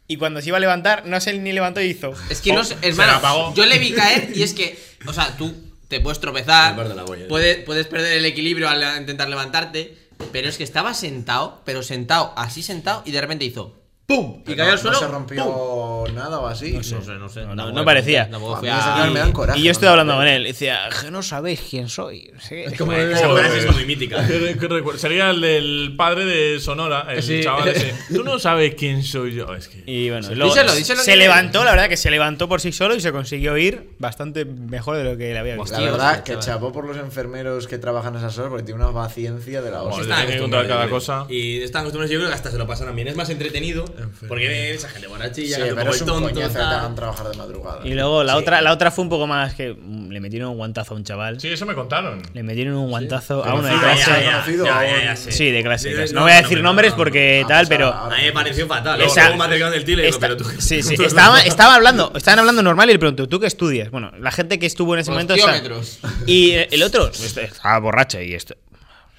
Y cuando se iba a levantar, no sé ni levantó y hizo. Es que no Oh, sé, se la hermano, apagó. yo le vi caer y es que, o sea, tú te puedes tropezar, Me parto la polla. puedes, puedes perder el equilibrio al intentar levantarte, pero es que estaba sentado, pero sentado, así sentado, y de repente hizo ¡pum! Y Pero cayó no- al suelo. No se rompió nada o así. ¡pum! No sé, no sé. No, no- tampoco- no parecía. tampoco A fui mí esos a- señores me dan coraje. y yo estoy ¿no? hablando con él. Decía, "Je, no sabéis quién soy. no sé qué. Esa frase es muy mítica. ¿Qué- qué Eh, recuerdo? Sería el del padre de Sonora, el Sí. chaval ese. Tú no sabes quién soy yo. Es que. Y bueno, luego pues, Díselo, díselo se que- levantó, la verdad que se levantó por sí solo y se consiguió ir bastante mejor de lo que le había visto. La Hostia, verdad hostia, que chaval. chapó por los enfermeros que trabajan esas horas porque tiene una paciencia de la Joder, hostia. Está- tiene que contar cada yo creo. cosa. Y están acostumbrados, yo creo que hasta se lo pasarán bien. Es más entretenido porque ves esa gente borrachilla, Sí, que pero un es un poco el coñazo que tonto. te hagan tal. trabajar de madrugada. Y luego la otra la otra fue un poco más que mm, le metieron un guantazo a un chaval. Sí, eso me contaron. Le metieron un guantazo a uno de Conocido, clase. ya, ya. Conocido, Sí, de clase. Sí, de clase. no, No voy a no, decir no, no, nombres no, porque no. tal, Ah, pero o A mí me pareció fatal. Esa- Luego me acercaron del tío y le digo, Esta- pero tú. sí, sí. Estaba, estaba hablando, estaban hablando normal y le pregunto, ¿tú qué estudias? Bueno, la gente que estuvo en ese momento. sabe. Hostiómetros. Y eh, el otro este, estaba borracho y esto.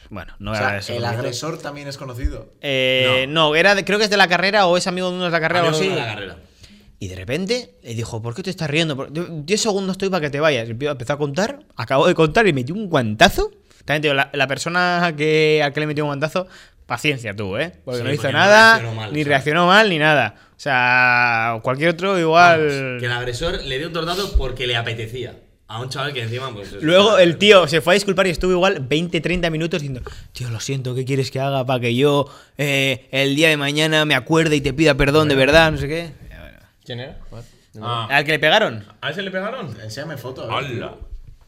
Bueno, no O era sea, eso. el agresor también es conocido. Eh, no. era de- creo que es de la carrera o es amigo de uno de la carrera Amigo o así. de la carrera. Y de repente le dijo, ¿por qué te estás riendo? Por- "Yo- 10 segundos estoy para que te vayas. Y Empezó a contar, acabó de contar y metió un guantazo. También te digo, la, la persona que, a que le metió un guantazo, paciencia tú, ¿eh? Porque Sí, no hizo porque no nada, reaccionó mal, ni o sea. reaccionó mal, ni nada. O sea, cualquier otro igual... Que el agresor le dio un tortazo porque le apetecía. A un chaval que encima, pues. es- Luego el tío se fue a disculpar y estuvo igual 20-30 minutos diciendo, tío, lo siento, ¿qué quieres que haga para que yo eh, el día de mañana me acuerde y te pida perdón de verdad? No sé qué. ¿Quién era? Joder. Ah, ¿Al que le pegaron? ¿A ese le pegaron? Enséame foto. a ver. ¡Hala!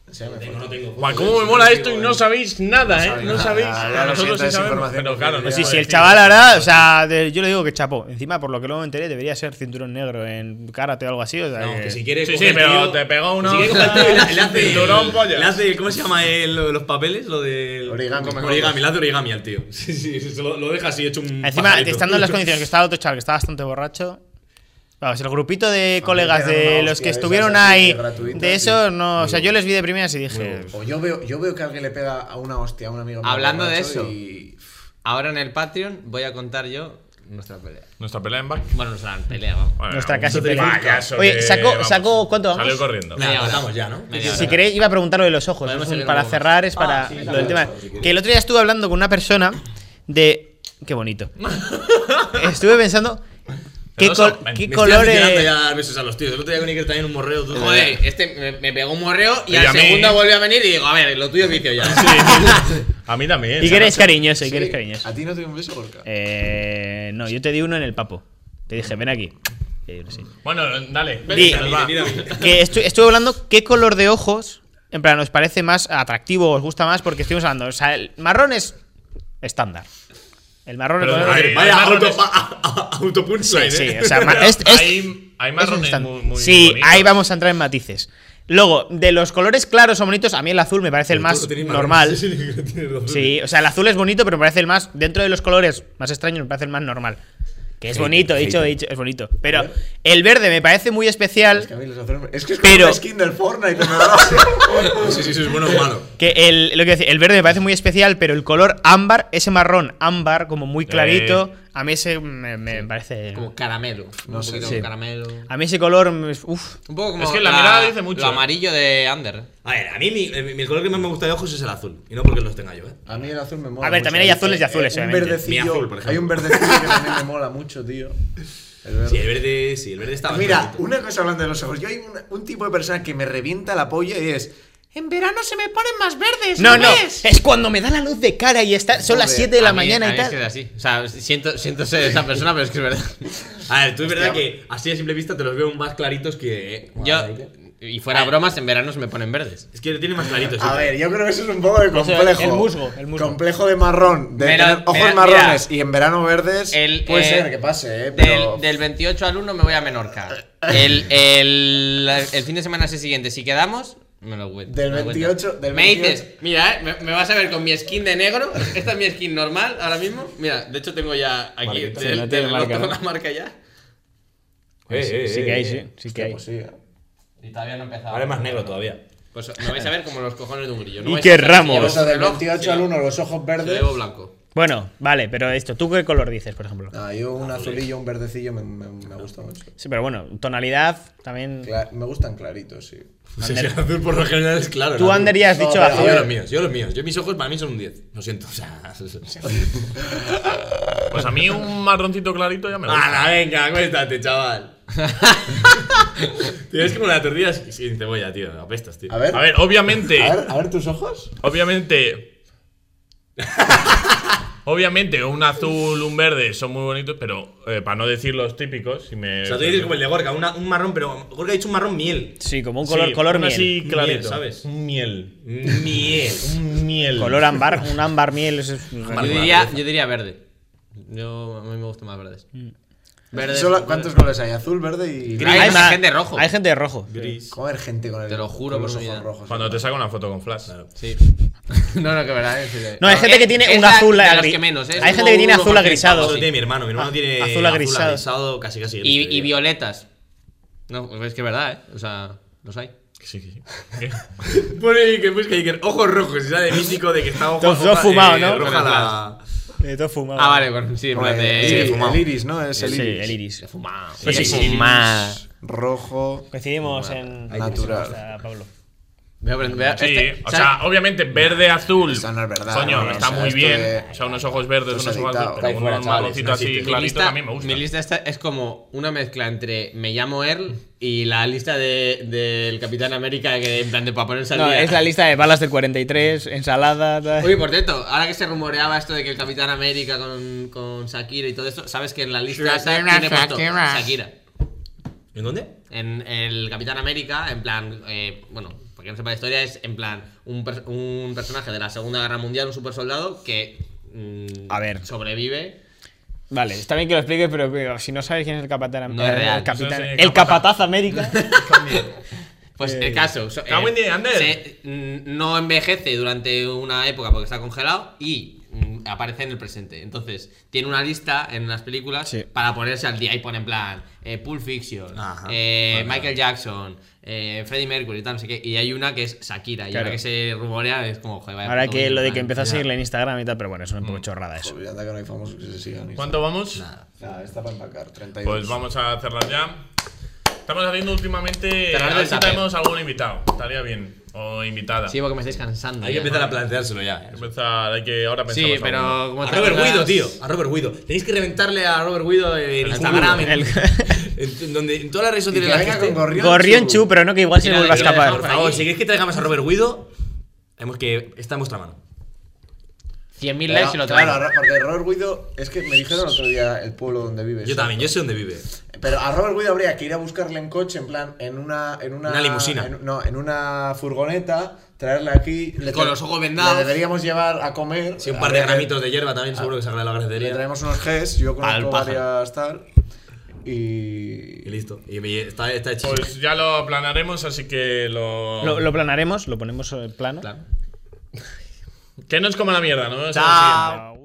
Enséame Tengo, foto. no tengo. Guau, ¿Cómo me mola esto y no sabéis nada, eh? sabéis No nada. sabéis. Ya, A ya lo Nosotros siento, sí es sabemos. información Pero claro, confidencial. Pues no sí, Ya, sí, el decimos. chaval, ahora, o sea, de- yo le digo que chapó. Encima, por lo que luego me enteré, debería ser cinturón negro en karate o algo así. O sea, No, que- que si quieres. Sí, coge sí, el pero tío- te pegó una. Si quieres coge el tío y le- le hace. Cinturón, le pollas. hace- ¿Cómo se llama el- lo de los papeles? Lo del. Origami. Origami, le hace origami al tío. Sí, sí, sí, se lo, lo deja así hecho un. Encima, pajarito. estando en las condiciones que estaba otro chaval que estaba bastante borracho. Vamos, el grupito de colegas Ah, me pegaron de los una que hostia de estuvieron esas así, ahí, gratuitas, de sí. esos, no. O sea, yo les vi de primeras y dije. O yo veo, yo veo que alguien le pega a una hostia a un amigo mío Hablando de borracho eso. y- Ahora en el Patreon voy a contar yo nuestra pelea. Nuestra pelea en back. Bueno, nuestra pelea, vamos. Bueno, Nuestra casi entonces, pelea. payaso Oye, que- sacó- vamos. sacó- ¿cuánto vamos? Salió corriendo. Media Nada, hora. cortamos ya, ¿no? Media Si hora. queréis, iba a preguntar lo de los ojos. Podemos es un- seguir para luego. cerrar es para Ah, sí, lo claro, del tema. claro, si queréis. que el otro día estuve hablando con una persona de. Qué bonito. estuve pensando. ¿Qué, Celoso, col- ven. qué Me estoy aficionando colores.? ya a dar besos a los tíos. El otro día con Iker también un morreo. tú. eh, Joder, este me, me pegó un morreo y, Y al a mí. segundo volvió a venir y digo, a ver, lo tuyo es vicio ya. A mí también. Y que eres esa noche. cariñoso, y que eres Sí, cariñoso. Eh, ¿A ti no te dio un beso, Gorka? Eh, no, yo te di uno en el papo. Te dije, ven aquí. que yo no sé. Bueno, dale. Di- vete, se nos va. que estu- estuve hablando qué color de ojos, en plan, os parece más atractivo, os gusta más, porque estuvimos hablando. O sea, el marrón es estándar. El marrón Pero el color- ahí- el- Vaya, Hay auto, marrones. a- a- a- autopunch line, sí, ¿eh? o sea, ma- es- es- Hay- hay es marrones instant- muy- muy Sí, bonitos. ahí vamos a entrar en matices. Luego, de los colores claros o bonitos, a mí el azul me parece el Tú más no tienes marrones. normal. Sí, sí, que tienes razón. Sí, o sea, el azul es bonito, pero me parece el más. Dentro de los colores más extraños, me parece el más normal. Que es Hater, bonito, dicho, hater. dicho, es bonito. Pero el verde me parece muy Es que a especial. mí los azules me- Es que es como Pero- una skin del Fortnite, ¿no? Sí, sí, sí, es bueno o malo. Que el, lo que decir, el verde me parece muy especial, pero el color ámbar, ese marrón ámbar, como muy clarito, a mí ese me, me parece. Como caramelo. No un sé, poquito sí. caramelo. A mí ese color. me- Uf. Un poco como. Es que la mirada dice mucho, Lo eh. amarillo de Under. A ver, a mí mi, eh, mi- mi color que más me gusta de ojos es el azul. Y no porque los tenga yo, ¿eh? A mí el azul me mola. A ver, mucho. también hay azules y Eh, azules, Un obviamente. verdecillo. Mi azul, por ejemplo. Hay un verdecillo que también me mola mucho, tío. El verde. Sí, el verde, sí, el verde está Mira, bastante bonito. una cosa hablando de los ojos. Yo hay un, un tipo de persona que me revienta la polla y es. En verano se me ponen más verdes. No, ¿lo no, ves?". es cuando me da la luz de cara y está, son las Joder, 7 de la A mí- a mañana y mí Es que es tal. así. O sea, siento, siento ser esa persona, pero es que es verdad. A ver, tú es verdad que así a simple vista te los veo más claritos que. Yo, Guay. y fuera bromas, en verano se me ponen verdes. Es que lo tiene más claritos. A ¿eh? ver, yo creo que eso es un poco de Eso, el- complejo. el musgo, el musgo. Complejo de marrón. De Mira, tener ojos mira, marrones y en verano verdes. El, puede eh, ser que pase, ¿eh? del- Pero. Del, 28 al 1 me voy a Menorca. El, el, el fin de semana ese siguiente, si quedamos, me lo cuento. Del me lo cuento. 28 del me 28. dices, mira, eh, me, me vas a ver con mi skin de negro. Esta es mi skin normal ahora mismo. Mira, de hecho tengo ya aquí. Marquita. del- Sí, no tiene del reloj marca, tengo ¿no? la marca ya. Eh, eh, Sí eh, que hay, eh. sí, sí que Hostia, hay. pues sí, ¿eh? Y todavía no he empezado. Ahora es más negro todavía. Pues me vais a ver como los cojones de un grillo. Y vais que a saber si Ramos. llevo O sea, del reloj, 28 si al llevo- 1 los ojos si verdes. llevo blanco. pues, Bueno, vale, pero esto, ¿tú qué color dices, por ejemplo? No, Ah, yo un azulillo, un verdecillo me, me, me gusta mucho. Sí, pero bueno, tonalidad también. Cla- me gustan claritos, sí. Sí, sí, el azul por lo general es claro. Tú, ¿no? Ander, ya has No, dicho pero a Sí, azul. yo ver. los míos, yo los míos. Yo mis ojos para mí son un 10. Lo siento, o sea. Pues a mí un marroncito clarito ya me lo ¡Hala, Ah, venga! Cuéntate, chaval. tío, es como la tortilla sin cebolla, tío. Apestas, tío. A ver. A ver, obviamente. A ver, a ver tus ojos. Obviamente. obviamente, un azul, un verde son muy bonitos, pero eh, para no decir los típicos, si me. O sea, tú dices como el de Gorka, una- un marrón, pero Gorka ha dicho un marrón miel. Sí, como un Sí, color, color un miel. así Miel, clarito, ¿sabes? Un miel. Miel. Un miel. Color ámbar, un ámbar miel. eso es- Yo diría, yo diría verde. Yo, a mí me gustan más verdes. Verdes. Solo- verdes. ¿Cuántos colores hay? Azul, verde y. Gris. Hay ma- gente de rojo. Hay gente de rojo. Gris. Comer gente con el. Te lo juro con por los mi ojos vida. rojos. Cuando te saca una foto con flash. Sí. no, no, que verdad. en serio. No, hay gente que tiene es un la- azul de las agri- que menos, ¿eh? Hay Es gente que tiene uno azul por ciento, agrisado. algo Eso así. lo tiene mi hermano. Mi hermano tiene azul agrisado. casi casi. gris, te Y, y diría. violetas. No, es que es verdad, ¿eh? O sea, los hay. Sí, sí, sí. ¿Qué? Pone Iker, busca Iker. Ojos rojos. Y sale mítico de que está ojo, Todos dos fumados, ¿no? Roja la... Eh, todo fumado. Ah, vale, bueno, sí, en Con plan el, de. sí, sí, fumado. el iris, ¿no? Es el Sí, iris. el iris. Fumado. Pues sí, sí, sí. Rojo. Coincidimos en. Natural. en esta, Pablo. Voy a aprender- voy a- Sí, este- o ¿sabes? sea, obviamente verde, azul. Eso no es verdad, Coño, no, está o sea, muy esto bien. de- O sea, unos ojos verdes, Esto unos es ojos editado. azules. Pero Está un marroncito así mi clarito lista, también me gusta. mi lista esta es como una mezcla entre me llamo Earl y la lista de- del Capitán América que en plan de para ponerse al No, día. es la lista de balas del 43, ensalada. tal. Oye, por cierto, ahora que se rumoreaba esto de que el Capitán América con, con Shakira y todo esto, sabes que en la lista esa tiene puesto Shakira. ¿En dónde? En el Capitán América, en plan, eh, bueno, para que no sepa la historia, es en plan un, per- un personaje de la Segunda Guerra Mundial, un supersoldado que mm, A ver. sobrevive. Vale, está bien que lo expliques, pero pero si no sabes quién es el capitán. No es el real. capitán- Eso es, eh, el capataz. capataz América. Pues Eh, el caso. so- Cago en diez, Ander. se- mm, no envejece durante una época porque está congelado y mm, aparece en el presente. Entonces, tiene una lista en las películas Sí. para ponerse al día. Y pone en plan eh, Pulp Fiction, Ajá. Vale, eh, Michael Jackson, eh, Freddie Mercury, tal, no sé qué. Y hay una que es Shakira. Y Claro. ahora que se rumorea es como, joder, vaya Ahora puto que lo de que mierda, empezó a Mm. ya. seguirle en Instagram y tal, pero bueno, es una poco chorrada eso. Olvidad que no hay famosos que se sigan. y- ¿Cuánto vamos? Nada, está para empacar. 32. Pues vamos a cerrar ya. Estamos haciendo últimamente. Cerrar A ver del si tupper. tenemos algún invitado. Estaría bien. O invitada. Sí, porque me estáis cansando. Hay que ya, empezar a joder. planteárselo ya. Empezar, hay que ahora pensamos Sí, alguno. pero. como A estas Robert cosas- Guido, tío. A Robert Guido. Tenéis que reventarle a Robert Guido en El Instagram. En, culo. en donde, en todas las redes Y que sociales. la venga gente. con Gorrión. Gorrión Chu, Chu. pero no que igual se Mira, vuelva a mira, escapar. Por Por favor, ahí. si queréis que traigamos a Robert Guido, tenemos que. Está en vuestra mano. 100.000 Pero, likes y lo traigo. claro, ahora- porque Robert Guido es que me dijeron el otro día el pueblo donde vives. Yo también, yo sé dónde vive. Pero a Robert Guido habría que ir a buscarle en coche, en plan, en una. En una, Una limusina. en- no, en una furgoneta, traerle aquí. le Con tra- los ojos vendados. Le deberíamos llevar a comer. Sí, un par de Habría que- gramitos de hierba también, seguro que sacará la Le gracetería. traemos unos Gs, yo Pa'l conozco pájaro. varias tal. Y Y. listo. Y me- está, está hecho. Pues ya lo aplanaremos, así que lo. Lo, lo planaremos, lo ponemos eh, plano. Claro. Que no es como la mierda, ¿no? Es Chao. así.